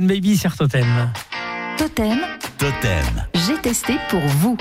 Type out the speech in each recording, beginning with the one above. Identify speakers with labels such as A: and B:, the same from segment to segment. A: Baby sur Totem.
B: Totem,
C: Totem.
B: j'ai testé pour vous.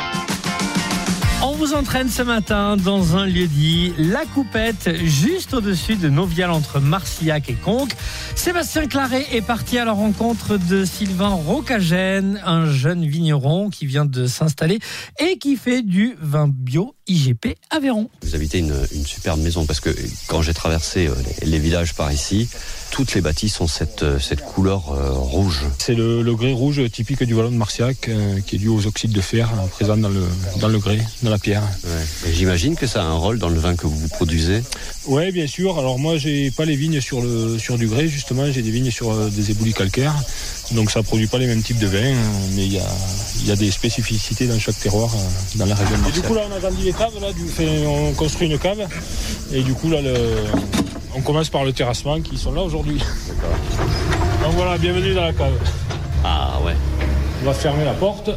A: On vous entraîne ce matin dans un lieu dit La Coupette, juste au-dessus de Novial entre Marcillac et Conques. Sébastien Claret est parti à la rencontre de Sylvain Rocagène, un jeune vigneron qui vient de s'installer et qui fait du vin bio IGP Aveyron.
D: Vous habitez une, une superbe maison parce que quand j'ai traversé euh, les, les villages par ici, toutes les bâtisses ont cette, euh, cette couleur euh, rouge.
E: C'est le, le grès rouge typique du vallon de Marciac, euh, qui est dû aux oxydes de fer euh, présents dans le, dans le grès, dans la pierre.
D: Et J'imagine que ça a un rôle dans le vin que vous produisez.
E: Ouais, bien sûr. Alors moi, j'ai pas les vignes sur, le, sur du grès, justement, j'ai des vignes sur euh, des éboulis calcaires. Donc ça produit pas les mêmes types de vins, euh, mais il y a, il y a des spécificités dans chaque terroir euh, dans la région de Marciac. Et du coup, là, on a grandi les caves, là, du- enfin, on construit une cave, et du coup, là, le- on commence par le terrassement qui sont là aujourd'hui. Donc voilà, bienvenue dans la cave.
D: Ah ouais.
E: On va fermer la porte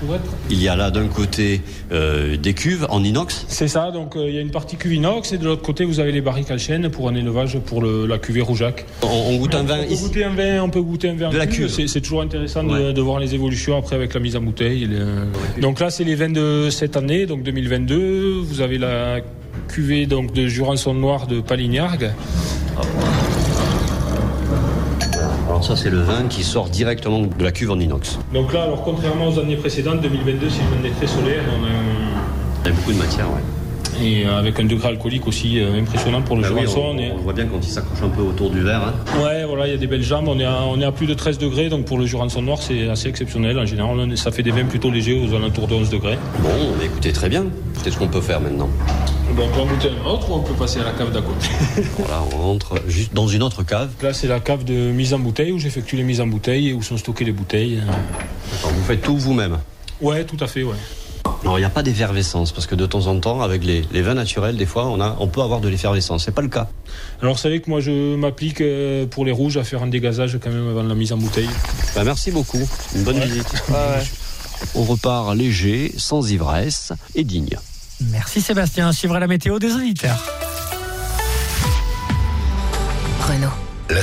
E: pour être
D: Il y a là d'un côté euh, des cuves en inox.
E: C'est ça, donc euh, il y a une partie cuve inox et de l'autre côté vous avez les barriques à chêne pour un élevage pour le- la cuvée rougeac.
D: On, on goûte un vin
E: On peut
D: ici.
E: goûter un vin, on peut goûter un vin en
D: De la cuve.
E: C'est, c'est toujours intéressant de-
D: Ouais.
E: de, voir les évolutions après avec la mise en bouteille. et le- Donc là c'est les vins de cette année, donc 2022. Vous avez la cuvée donc de Jurançon Noir de Palignargues.
D: Alors ça c'est le vin qui sort directement de la cuve en inox.
E: Donc là alors contrairement aux années précédentes, 2022 c'est une année très solaire. on a un-
D: Il y a beaucoup de matière, ouais.
E: Et euh, avec un degré alcoolique aussi euh, impressionnant pour le
D: Bah oui,
E: Jurançon.
D: on,
E: on est-
D: on voit bien quand il s'accroche un peu autour du verre. hein.
E: Ouais, voilà, il y a des belles jambes. On est, à, on est à plus de 13 degrés, donc pour le Jurançon noir, c'est assez exceptionnel. En général, on est- ça fait des vins plutôt légers aux alentours de 11 degrés.
D: Bon, bah, écoutez très bien. C'est ce qu'on peut faire maintenant.
E: Bon, on peut en goûter un autre ou on peut passer à la cave d'à côté
D: Voilà, on rentre juste dans une autre cave.
E: Là, c'est la cave de mise en bouteille où j'effectue les mises en bouteille et où sont stockées les bouteilles.
D: Alors, vous faites tout vous-même.
E: Ouais, tout à fait, ouais.
D: Alors, il n'y a pas d'effervescence, parce que de temps en temps, avec les, les vins naturels, des fois, on, a, on peut avoir de l'effervescence. C'est pas le cas.
E: Alors, vous savez que moi, je m'applique euh, pour les rouges à faire un dégazage quand même avant la mise en bouteille.
D: Bah, merci beaucoup. Une bonne visite. On repart léger, sans ivresse et digne.
A: Merci Sébastien, suivra la météo des auditeurs.
B: Renault.
C: La